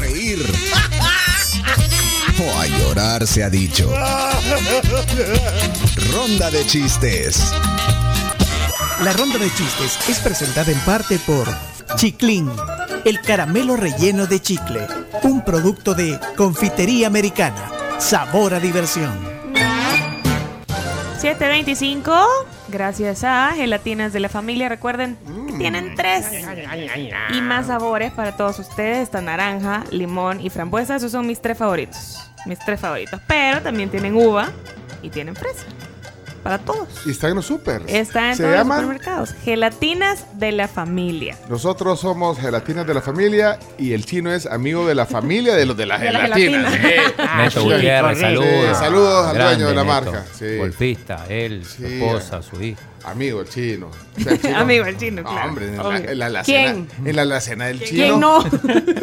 reír o a llorar, se ha dicho. Ronda de chistes. La ronda de chistes es presentada en parte por Chiclin, el caramelo relleno de chicle, un producto de confitería americana. Sabor a diversión. 725, gracias a Gelatinas de la Familia. Recuerden que tienen tres y más sabores para todos ustedes. Está naranja, limón y frambuesa. Esos son mis tres favoritos. Mis tres favoritos. Pero también tienen uva y tienen fresa. Para todos. Y está en los super. Está en Se todos los llaman- supermercados. Gelatinas de la Familia. Nosotros somos gelatinas de la familia y el chino es amigo de la familia de los de las De la gelatinas. Neto Ah, sí, Gutiérrez, correcto. saludos. Sí, saludos al Grande, dueño de la Neto. marca, sí. Golfista, él, su Sí. esposa, su hijo. Sí. Amigo el chino. O sea, el chino- Amigo el chino, No, claro. hombre, en la, Obvio. en la alacena, ¿Quién? en la alacena del chino. ¿Quién no?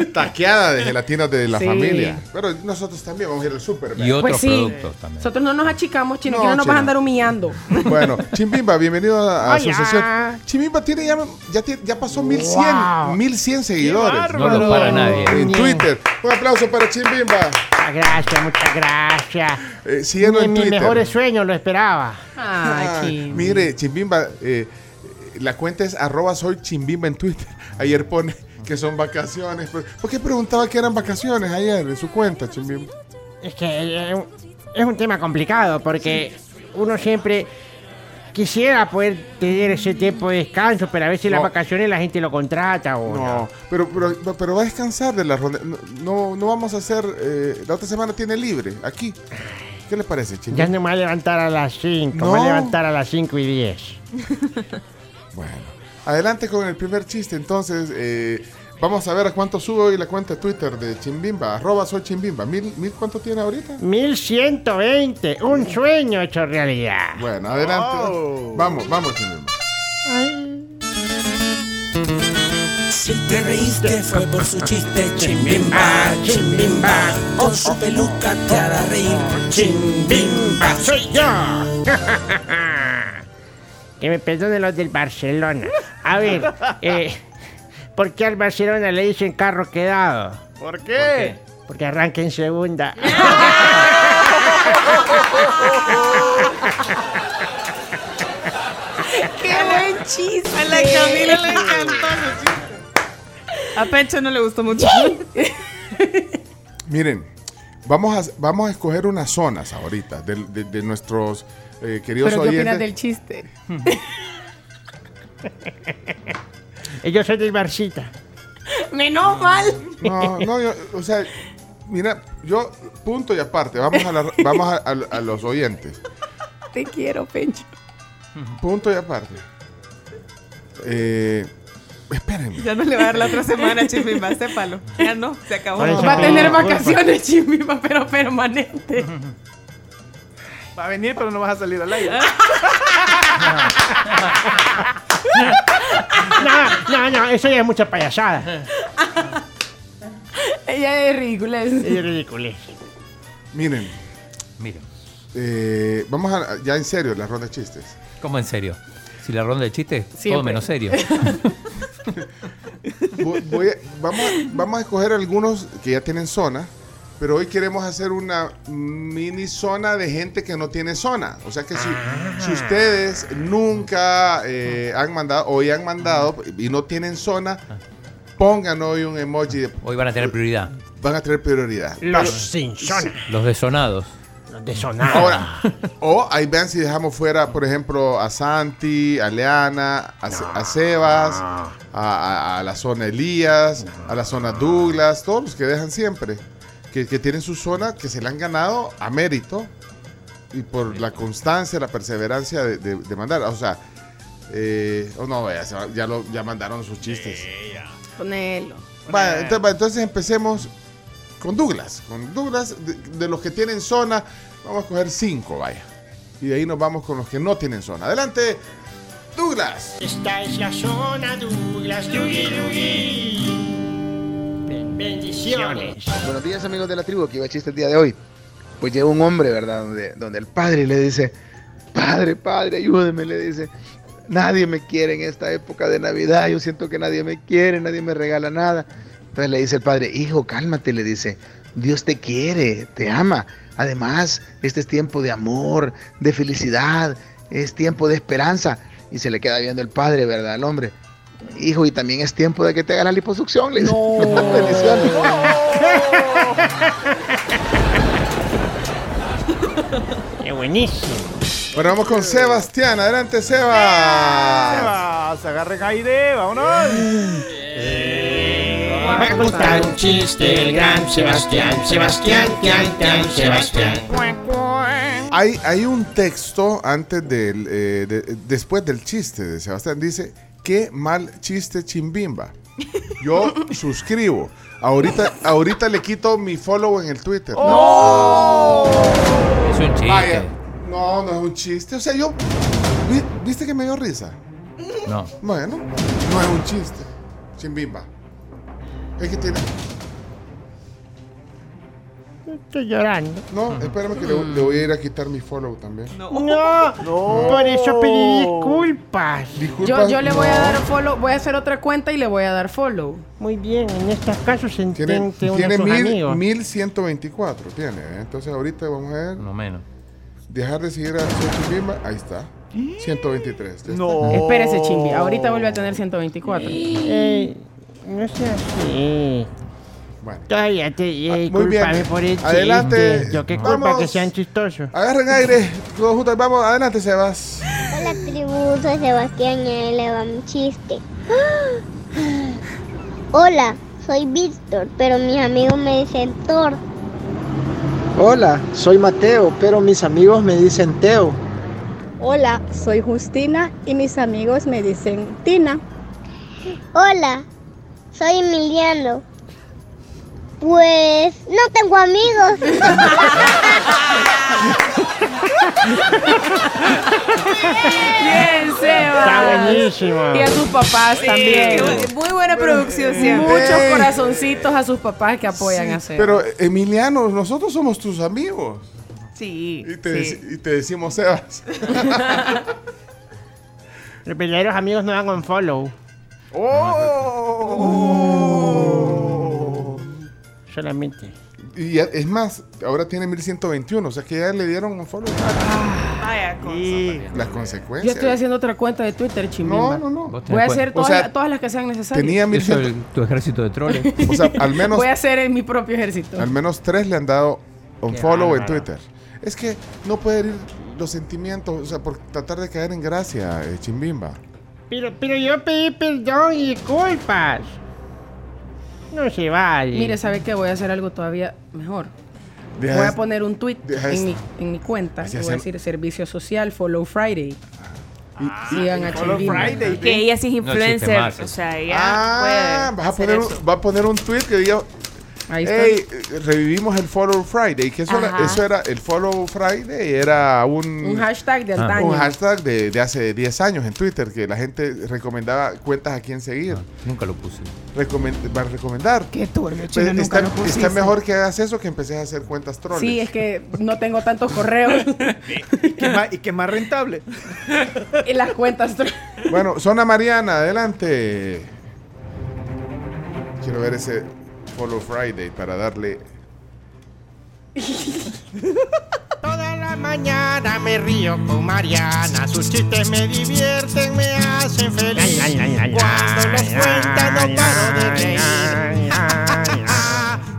Taqueada de gelatinas de la Sí. familia. Pero nosotros también vamos a ir al super. Y otros Pues sí. productos también. Nosotros no nos achicamos, chino, No, que no nos chino. vas a andar humillando. Bueno, Chimbimba, bienvenido a, a su Hola. sesión. Chimbimba tiene ya, ya, tiene- ya pasó 1100, 1100 seguidores No lo para nadie. en Twitter. Un aplauso para Chimbimba. Muchas gracias, muchas gracias. Eh, síguenos Ni en en mis Twitter. mejores sueños lo esperaba. Ah, mire, Chimbimba, eh, la cuenta es arroba soy Chimbimba en Twitter. Ayer pone que son vacaciones. pero- ¿Por qué preguntaba que eran vacaciones ayer en su cuenta, Chimbimba? Es que eh, es un tema complicado porque uno siempre quisiera poder tener ese tiempo de descanso, pero a veces No. las vacaciones la gente lo contrata o No, pero, pero, pero va a descansar de la ronda. No, no, no vamos a hacer... eh, la otra semana tiene libre, aquí. ¿Qué le parece, Ya Chimbimba? no me va a levantar a las 5, me va No. a levantar a las 5 y 10. Bueno, adelante con el primer chiste. Entonces, eh, vamos a ver a cuánto sube hoy la cuenta de Twitter de Chimbimba. Arroba soy Chimbimba. ¿Mil, mil cuánto tiene ahorita? 1120, un sueño hecho realidad. Bueno, adelante. Vamos, vamos, Chimbimba. Si te reíste fue por su chiste, chimbimba, chimbimba. Con su peluca te hará reír, chimbimba. soy yo. que me perdonen los del Barcelona. A ver, eh, ¿por qué al Barcelona le dicen carro quedado? ¿Por qué? Porque arranca en segunda. ¡Qué buen chiste! A la Camila le encantó su chiste. A Pencho no le gustó mucho. Miren, vamos a, vamos a escoger unas zonas ahorita de, de- de nuestros eh, queridos Pero ¿qué opinas oyentes. del chiste? Eh, Yo soy del Barcita. Menos mal. No, no, yo, o sea, mira, yo, punto y aparte, vamos a, la- vamos a, a- a los oyentes. Te quiero, Pencho. Punto y aparte. Eh, espérenme. Ya no le va a dar la otra semana, Chimbimba, sépalo. Ya no, se acabó. Por eso Va a pido tener disculpas. vacaciones, Chimbimba, pero permanente. Va a venir, pero no vas a salir al aire. No, no, no, eso ya es mucha payasada. Ella es ridícula. es- Es ridículo. Miren, Miren, eh, vamos a, ya en serio, la ronda de chistes. ¿cómo en serio? Si la ronda de chistes, todo Siempre. menos serio. Voy- voy a- vamos, a- vamos a escoger algunos que ya tienen zona, pero hoy queremos hacer una mini zona de gente que no tiene zona. O sea que si, si ustedes nunca eh, han mandado, hoy han mandado y no tienen zona, pongan hoy un emoji, de- Hoy van a tener prioridad. van a tener prioridad. Los Simpsons. Los desonados. Los de Sonar. Ahora, o ahí vean si dejamos fuera, por ejemplo, a Santi, a Leana, a, Se- a Sebas, a, a- a la zona Elías, a la zona Douglas, todos los que dejan siempre, que, que tienen su zona, que se la han ganado a mérito y por la constancia, la perseverancia de, de- de mandar. O sea, eh, oh, no, ya, se va- ya lo, ya mandaron sus chistes. Ponelo. Va, ente- va, entonces, empecemos con Douglas. Con Douglas, de, de los que tienen zona, vamos a coger cinco, vaya. Y de ahí nos vamos con los que no tienen zona. Adelante, Douglas. Esta es la zona Douglas. Dugui, dugui. Ben- Bendiciones. Buenos días amigos de la tribu, aquí va el chiste el día de hoy. Pues llega un hombre, ¿verdad? Donde, donde el padre le dice, padre, padre, ayúdeme, le dice, nadie me quiere en esta época de Navidad, yo siento que nadie me quiere, nadie me regala nada. Entonces le dice el padre, hijo, cálmate, le dice, Dios te quiere, te ama. Además, este es tiempo de amor, de felicidad, es tiempo de esperanza. Y se le queda viendo el padre, ¿verdad? Al hombre. Hijo, y también es tiempo de que te haga la liposucción, le dice. Bendiciones. Qué buenísimo. Bueno, vamos con Sebastián. Adelante, Se Sebas. va, se agarren aire, vámonos. Me gusta un chiste el gran Sebastián, Sebastián, Tian, Tian, Sebastián. Hay, hay un texto antes del, eh, de- después del chiste de Sebastián. Dice, qué mal chiste chimbimba. Yo suscribo. Ahorita, ahorita le quito mi follow en el Twitter. Oh, Es un chiste. Vaya. No, no es un chiste. O sea, yo... vi- ¿Viste que me dio risa? No. Bueno, no es un chiste. Chimbimba. Es que tiene... Estoy llorando. No, espérame que le, le voy a ir a quitar mi follow también. No, por eso pedí disculpas. Yo, Disculpa. yo le voy a No. dar follow, voy a hacer otra cuenta y le voy a dar follow. Muy bien, en estos casos Tiene, entiende uno tiene sus mil- amigos. 1124, tiene. ¿eh? Entonces ahorita vamos a ver, No menos. dejar de seguir a Sochi Bimba, ahí está. 123. ya No. Espérese, chimbi. Ahorita vuelve a tener 124. Eh, no sé así. está. Bueno. Todavía te eh, Ah, muy bien. culpame por el Adelante. chiste. Yo qué culpa Vamos. que sean chistosos. Agarren aire, todos juntos, vamos, adelante Sebas. Hola tribu, soy Sebastián y ahí le va mi chiste. Hola, soy Víctor, pero mis amigos me dicen Thor. Hola, soy Mateo, pero mis amigos me dicen Teo. Hola, soy Justina y mis amigos me dicen Tina. Hola, soy Emiliano. Pues no tengo amigos. Bien, Está Seba. buenísimo. Y a sus papás también. qué eh, Muy buena producción siempre. Muchos corazoncitos a sus papás que apoyan a Seba. Pero Emiliano, nosotros somos tus amigos. sí. Y te, sí. dec- y te decimos Sebas. Los verdaderos amigos no dan un follow. ¡Oh! Solamente. Y ya- es más, ahora tiene 1121, o sea que ya le dieron un follow. Vaya cosa. Las Yo consecuencias. estoy haciendo otra cuenta de Twitter, chimbi. no, no, no. Vos Voy a tenés hacer O todas, sea, la- todas las que sean necesarias. Tenía cuen- Eso 1121. es tu ejército de troles. O sea, al menos, Voy a hacer en mi propio ejército. al menos tres le han dado un Qué follow en bárbaro. Twitter. Es que no pueden ir los sentimientos, o sea, por tratar de caer en gracia, eh, Chimbimba. Pero, pero yo pedí perdón y disculpas. No se vale. Mire, ¿sabe qué? Voy a hacer algo todavía mejor. Deja voy a de- poner un tweet deja en esto. mi, en mi cuenta. Así que voy a hacen- decir Servicio Social, Follow Friday. Ah, Sigan a Follow Chimbimba. Friday. Que ella sí es No existe influencer. más, o eso. sea, ella Ah, puede. vas a hacer poner eso. un, va a poner un tweet que diga, Ahí está. hey, eh, revivimos el Follow Friday. Que eso, era, Ajá. eso era- el Follow Friday, era un, Un hashtag de antaño. mm. un hashtag de, de hace 10 años en Twitter, que la gente recomendaba cuentas a quién seguir. Nunca lo puse. Recomen- para recomendar. Qué turbio, Pues chino, nunca está, lo pusiste. está mejor que hagas eso que empecé a hacer cuentas trolls. Sí, es que no tengo tantos correos Y que más, y que más rentable. y las cuentas. Bueno, zona Mariana, adelante. Quiero ver ese Follow Friday para darle. Toda la mañana me río con Mariana, sus chistes me divierten, me hacen feliz. Cuando los cuenta no paro de reír.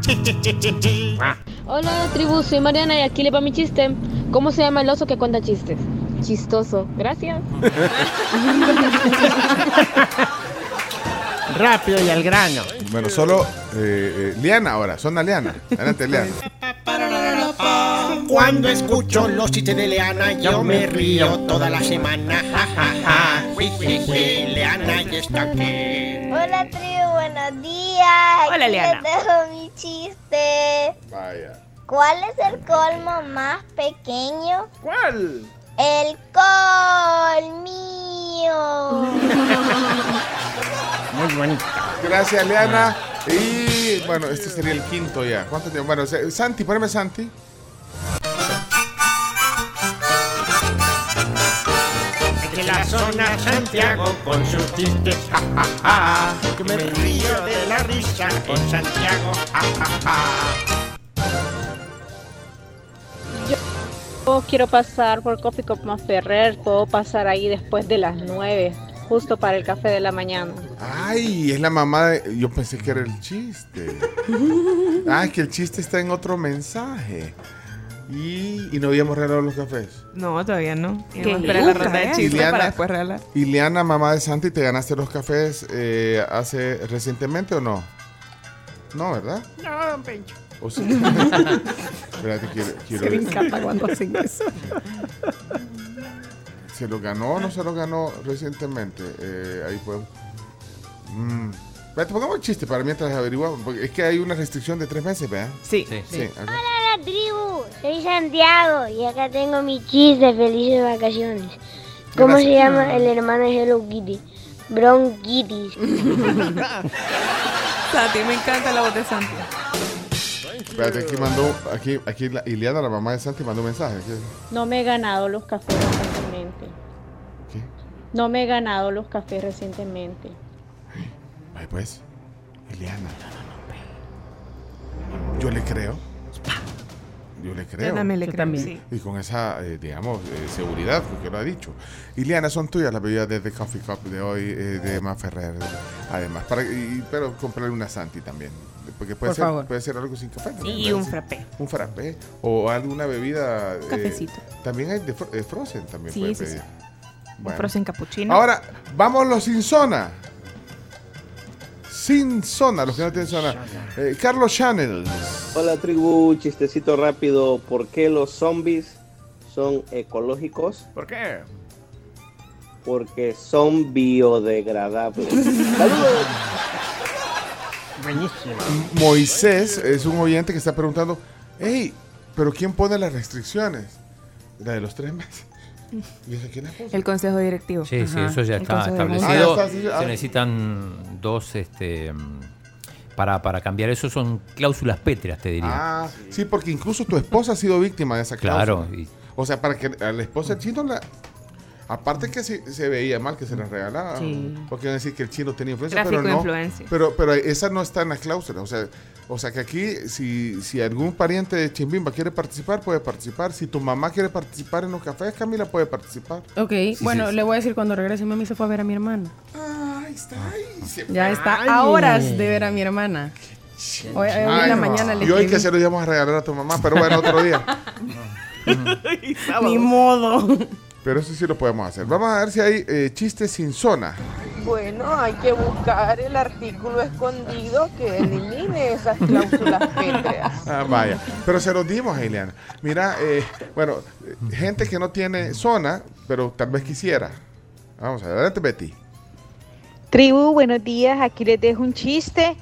Hola tribu, soy Mariana y aquí le va mi chiste. ¿Cómo se llama el oso que cuenta chistes? Chistoso. Gracias. Rápido y al grano. Bueno, solo eh, eh, Liana ahora, zona Liana. Adelante, Liana. Cuando escucho los chistes de Leana, yo me río toda la semana. Ja, ja, ja. Jui, jui, jui. Leana ya está aquí. Hola tribu, buenos días. Hola, Eliana. Les dejo mi chiste. Vaya. ¿Cuál es el colmo más pequeño? ¿Cuál? El colmillo. Muy bonito. Gracias, Liana. Ah. Y bueno, este sería el quinto ya. ¿Cuánto tiempo? Bueno, se- Santi, poneme Santi. Es que la zona Santiago con sus chistes, ja, ja, ja. Que me río de la risa con Santiago, ja, ja, ja. Yo quiero pasar por Coffee Cup Más Ferrer, puedo pasar ahí después de las 9, justo para el café de la mañana. Ay, es la mamá de. Yo pensé que era el chiste. Ay, que el chiste está en otro mensaje. Y, y no habíamos regalado los cafés. No, todavía no. Qué Vamos a esperar la loca, ronda de ¿eh? chistes para Ileana. después regalar. Ileana, mamá de Santi, ¿te ganaste los cafés eh, hace recientemente o no? No, ¿verdad? No, don Pencho. ¿O sí? Espérate, quiero, quiero Se me ver. encanta cuando hacen eso. ¿Se lo ganó o no se lo ganó recientemente? Eh, ahí podemos. Mm. Espérate, pongamos el chiste para mientras averiguamos. Porque es que hay una restricción de tres meses, ¿verdad? Sí. Sí. ok. Hola tribu, soy Santiago y acá tengo mi chiste felices vacaciones. ¿Cómo Gracias. se llama el hermano de Hello Kitty? Bronquitis. Santi, me encanta la voz de Santi. Espérate, aquí mandó. Aquí, aquí la, Ileana, la mamá de Santi, mandó un mensaje. Aquí- No me he ganado los cafés recientemente. No me he ganado los cafés recientemente. Ay, pues. Ileana. Yo le creo. Yo le creo. también le Yo creo, también. sí. Y con esa, eh, digamos, eh, seguridad, porque lo ha dicho. Ileana, son tuyas las bebidas de The Coffee Cup de hoy, eh, de Manferrer. Además, para, y- pero comprarle una Santi también. Porque puede, Por ser, favor. puede ser algo sin café. también, Y ¿verdad? un Sí. frappé. Un frappé. O alguna bebida. eh, Cafecito. también hay de fro- eh, Frozen, también Sí, puede sí, pedir. sí. Bueno. Frozen cappuccino. Ahora, vamos los sin zona. Sin zona, los que no tienen zona. Eh, Carlos Chanel. Hola tribu, chistecito rápido. ¿Por qué los zombies son ecológicos? ¿Por qué? Porque son biodegradables. Saludos. Buenísimo. Moisés es un oyente que está preguntando, hey, pero ¿quién pone las restricciones? La de los tres meses. ¿Y esa quién la puso? El consejo directivo. Sí, sí, Ajá. eso ya El está consejo directivo. establecido. Ah, ya está, sí, ah. Se necesitan dos, este, mm, para, para cambiar eso son cláusulas pétreas, te diría. Ah, sí, porque incluso tu esposa ha sido víctima de esa cláusula. Claro, y- O sea, para que a la esposa del chino la... Aparte que se, se veía mal que se la regalaba. Sí. Porque van a decir que el chino tenía influencia, Tráfico pero de no. influencia. Pero, pero esa no está en las cláusulas. O sea, o sea que aquí, si, si algún pariente de Chimbimba quiere participar, puede participar. Si tu mamá quiere participar en los cafés, Camila puede participar. Ok, bueno, le voy a decir cuando regrese, mami se fue a ver a mi hermana. Ay, Ah, está ahí. Ya está a horas de ver a mi hermana. Hoy, hoy en la mañana le Y hoy que escribí. se lo íbamos a regalar a tu mamá, pero bueno, otro día. Ni modo. Pero eso sí lo podemos hacer. Vamos a ver si hay eh, chistes sin zona. Bueno, hay que buscar el artículo escondido que elimine esas cláusulas pétreas. Ah, vaya. Pero se los dimos a Ileana. Mira, eh, bueno, eh, gente que no tiene zona, pero tal vez quisiera. Vamos, adelante, Betty. Tribu, buenos días. Aquí les dejo un chiste.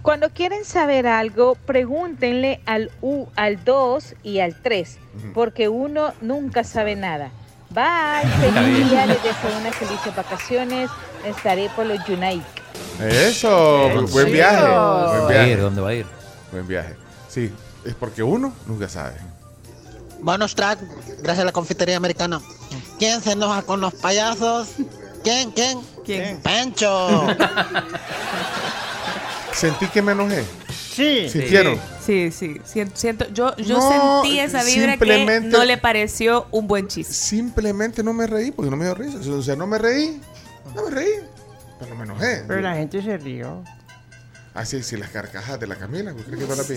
Cuando quieren saber algo, pregúntenle al U, al 2 y al 3, porque uno nunca sabe nada. Bye, bien. feliz día, les deseo unas felices vacaciones. Estaré por los Unai. Eso, Qué bu- buen chido. viaje. ¿Dónde Buen va a viaje. ir? ¿Dónde va a ir? Buen viaje. Sí, es porque uno nunca sabe. Bonus track, gracias a la confitería americana. ¿Quién se enoja con los payasos? ¿Quién? ¿Quién? ¿Quién? ¡Pencho! Sentí que me enojé. Sí. ¿Sintieron? Sí, sí. Siento, siento- yo yo No, sentí esa vibra que simplemente- no le pareció un buen chiste. Simplemente no me reí porque no me dio risa. O sea, no me reí. No me reí. Pero no me enojé. Pero la gente se rió. Así, sí, las carcajadas de la Camila. ¿Crees que para ti?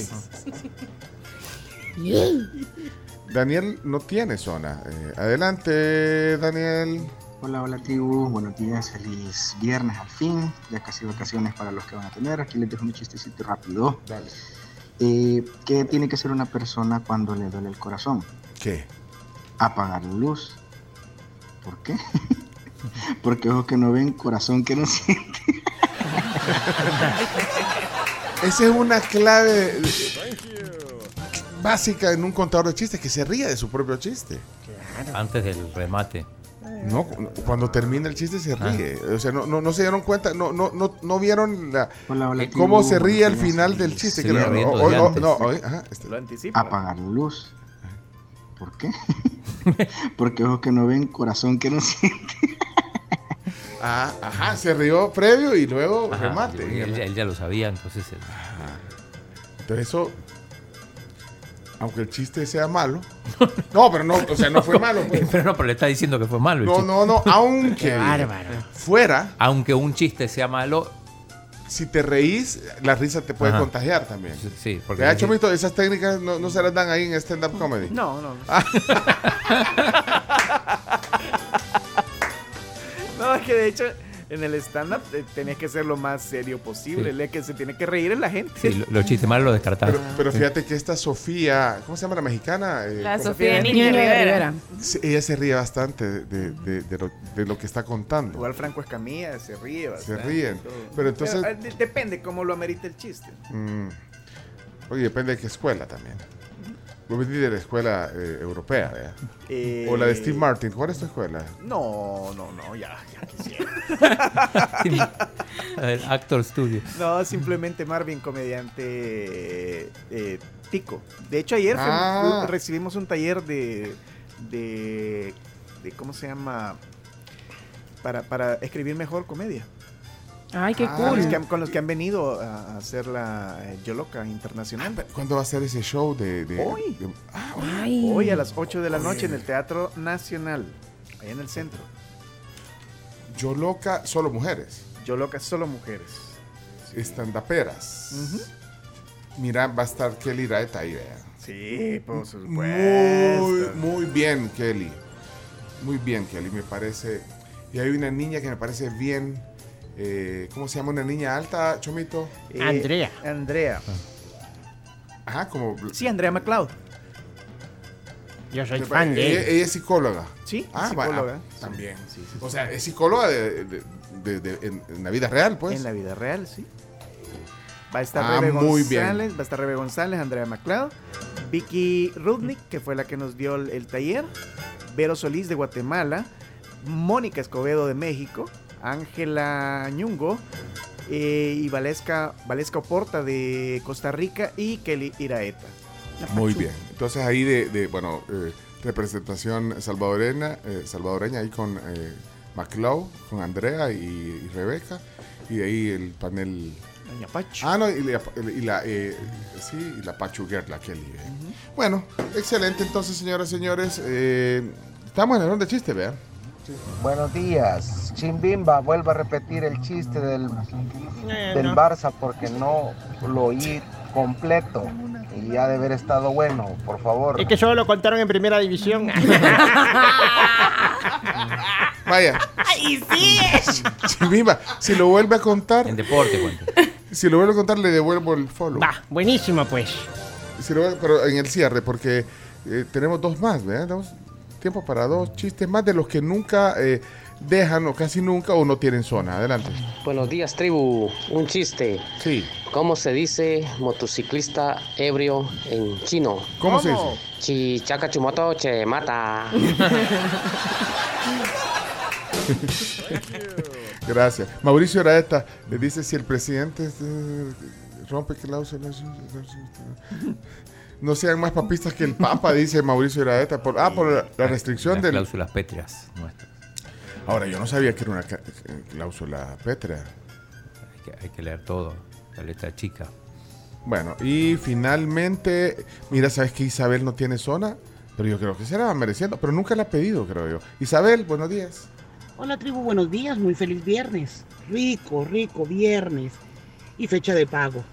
Daniel no tiene zona. Eh, adelante, Daniel. Hola, hola tribu, buenos días, feliz viernes al fin, ya casi vacaciones para los que van a tener, aquí les dejo mi chistecito rápido. Dale. Eh, ¿Qué tiene que hacer una persona cuando le duele el corazón? ¿Qué? Apagar la luz. ¿Por qué? Porque ojos que no ven, corazón que no siente. Esa es una clave de- de- básica en un contador de chistes, que se ría de su propio chiste. Antes del remate. No, cu- cuando termina el chiste se ríe. O sea, no, no, no se dieron cuenta, no, no, no, no vieron la, eh, cómo tío, se ríe al buenos final días, del feliz. chiste. Se que iba no- riendo hoy- de no- antes. no, hoy- ajá, este- Apagar la luz. ¿Por qué? Porque ojos que no ven, corazón que no siente. Ah, ajá, se rió previo y luego Ajá, remate. y Él, él ya lo sabía, entonces. eh, él- Entonces eso, aunque el chiste sea malo, no, pero no, o sea, no fue malo. pues. Pero no, pero le está diciendo que fue malo. el No, chiste. no, no, aunque Qué bárbaro. fuera, Aunque un chiste sea malo. Si te reís, la risa te puede contagiar también. Sí, porque. de hecho, Mito, esas técnicas no, no se las dan ahí en stand-up comedy. No, no. No, es que de hecho en el stand-up eh, tenés que ser lo más serio posible. Sí. Es que se tiene que reír en la gente. Sí, lo- los chistes malos los descartaron. Pero, pero fíjate que esta Sofía, ¿cómo se llama la mexicana? Eh, La ¿cómo- Sofía Niño de Rivera. Sí, Ella se ríe bastante de, de- de lo, de lo que está contando. Igual Franco Escamilla se ríe. bastante. ríen. Todo. Pero entonces- eh, de- depende cómo lo amerita el chiste. Mm. Oye, depende de qué escuela también. Vos venís de la escuela eh, europea, ¿verdad? Eh, O la de Steve Martin. ¿Cuál es tu escuela? No, no, no, ya, ya quisiera. El Actor Studio. No, simplemente Marvin, comediante eh, Tico. De hecho, ayer fue- Ah. fue- recibimos un taller de, de, de- ¿Cómo se llama? Para, para escribir mejor comedia. Ay, qué Ah, cool. los que han- con los que han venido a a hacer la eh, Yoloca Internacional. ¿Cuándo va a ser ese show de...? de- Hoy. de- ah, hoy. Ay. Hoy a las 8 de la noche en el Teatro Nacional, allá en el centro. Yo loca, solo mujeres. Yoloca solo mujeres. Estandaperas. Mira, va a estar Kelly Raeta ahí, vean. Sí, por supuesto. Muy, muy bien, Kelly. Muy bien, Kelly, me parece. Y hay una niña que me parece bien. eh, ¿Cómo se llama una niña alta, Chomito? Eh, Andrea. Ajá, como. Sí, Andrea McLeod. Yo soy me fan parece- de ella, él. ella es psicóloga. Sí, Ah, va, psicóloga. ah, Sí. también. Sí, sí, O sí. sea, es psicóloga de, de- de- de- en, en la vida real, pues. En la vida real, sí. Va a estar Ah, Rebe muy bien. González, va a estar Rebe González, Andrea MacLeod, Vicky Rudnick, que fue la que nos dio el, el taller, Vero Solís de Guatemala, Mónica Escobedo de México, Ángela Ñungo eh, y Valesca, Valesca Oporta de Costa Rica y Kelly Iraeta. Muy bien. Entonces ahí de, de, bueno, eh, representación salvadoreña, eh, salvadoreña ahí con eh, McLeod, con Andrea y, y Rebeca, y de ahí el panel... Doña Pacho. Ah, no, y la, y la, eh, sí, y la Pachu Girl, la Kelly. eh. Bueno, excelente entonces, señoras y señores. eh, estamos en el ronda de chiste, vean. Buenos días. Chimbimba, vuelvo a repetir el chiste del, eh, del no. Barça porque no lo oí completo y ha de haber estado bueno, por favor. Es que solo lo contaron en primera división. Vaya. ¡Y sí! Chimbimba, si lo vuelve a contar... En deporte, Si lo vuelve a contar, le devuelvo el follow. Va, buenísimo pues. Si lo vuelve- pero en el cierre, porque eh, tenemos dos más, ¿verdad? Tenemos tiempo para dos chistes más de los que nunca eh, dejan o casi nunca o no tienen zona. Adelante. Buenos días, tribu. Un chiste. Sí. ¿Cómo se dice motociclista ebrio en chino? ¿Cómo se ¿Cómo? dice? Chichaca chumoto che mata. Gracias. Mauricio Araeta le dice si el presidente eh, rompe cláusulas. No sean más papistas que el Papa, dice Mauricio Iraeta. Por, ah, por la restricción Las del... cláusulas pétreas nuestras. Ahora, yo no sabía que era una ca- eh, cláusula pétrea. Hay que, hay que leer todo. La letra chica. Bueno, y finalmente, mira, sabes que Isabel no tiene zona, pero yo creo que se la va mereciendo, pero nunca la ha pedido, creo yo. Isabel, buenos días. Hola tribu, buenos días, muy feliz viernes. Rico, rico viernes y fecha de pago.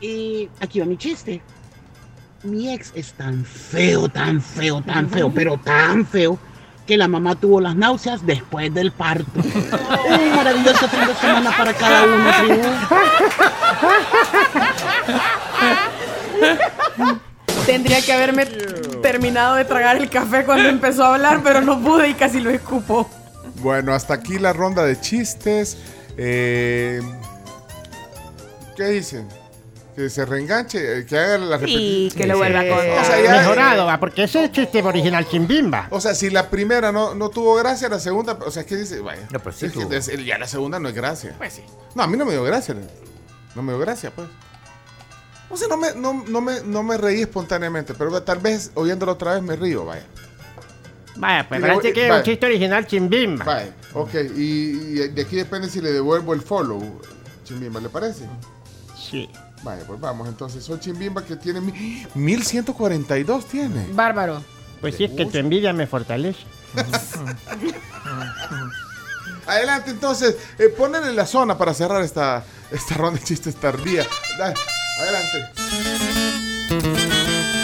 Y aquí va mi chiste. Mi ex es tan feo, tan feo, tan feo, pero tan feo que la mamá tuvo las náuseas después del parto. Un maravilloso fin de semana para cada uno, tribu. Tendría que haberme terminado de tragar el café cuando empezó a hablar, pero no pude y casi lo escupo. Bueno, hasta aquí la ronda de chistes. Eh, ¿Qué dicen? Que se reenganche, eh, que haga la Sí, repetición. que lo vuelva a contar. O sea, ya, eh, Oh, Mejorado, va, porque ese es el chiste original Chimbimba. O sea, si la primera no, no tuvo gracia, la segunda, o sea, ¿qué dice? Vaya, pues sí es que tuvo. es- ya la segunda no es gracia. Pues sí. No, a mí no me dio gracia. No me dio gracia, pues. O sea, no me, no, no me, no me reí espontáneamente, pero tal vez oyéndolo otra vez me río, vaya. Vaya, pues Y parece devu- que es vaya. un chiste original chimbimba. Vale, ok, y, y de aquí depende si le devuelvo el follow. Chimbimba, ¿le parece? Sí. Vale, pues vamos, entonces, soy Chimbimba que tiene mi- 1142 tiene. Bárbaro. Pues sí, es que tu envidia me fortalece. Adelante, entonces, eh, ponele la zona para cerrar esta, esta ronda de chistes tardía. Dale, adelante.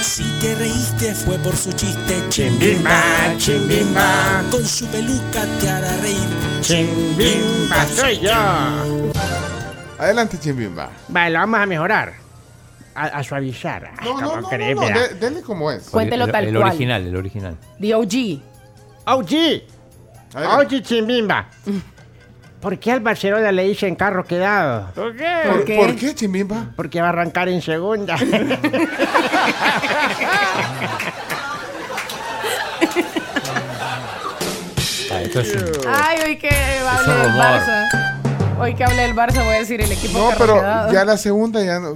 Si te reíste fue por su chiste Chimbimba, chimbimba. Con su peluca te hará reír Chimbimba soy yo. Adelante, Chimbimba. Vale, lo vamos a mejorar. A, a suavizar. Ay, No, no, ¿cómo no, no, crees, no, mira? de- dele como es. Pues, Cuéntelo el, tal el cual. original, el original. The OG. OG. OG Chimbimba. ¿Por qué al Barcelona le dicen carro quedado? ¿Por qué? ¿Por, por qué, Chimbimba? Porque va a arrancar en segunda. Ah, esto es un- Ay, hoy que Es un hable del rumor. Barça. Hoy que hable del Barça voy a decir el equipo No, que ha pero quedado. ya la segunda ya no-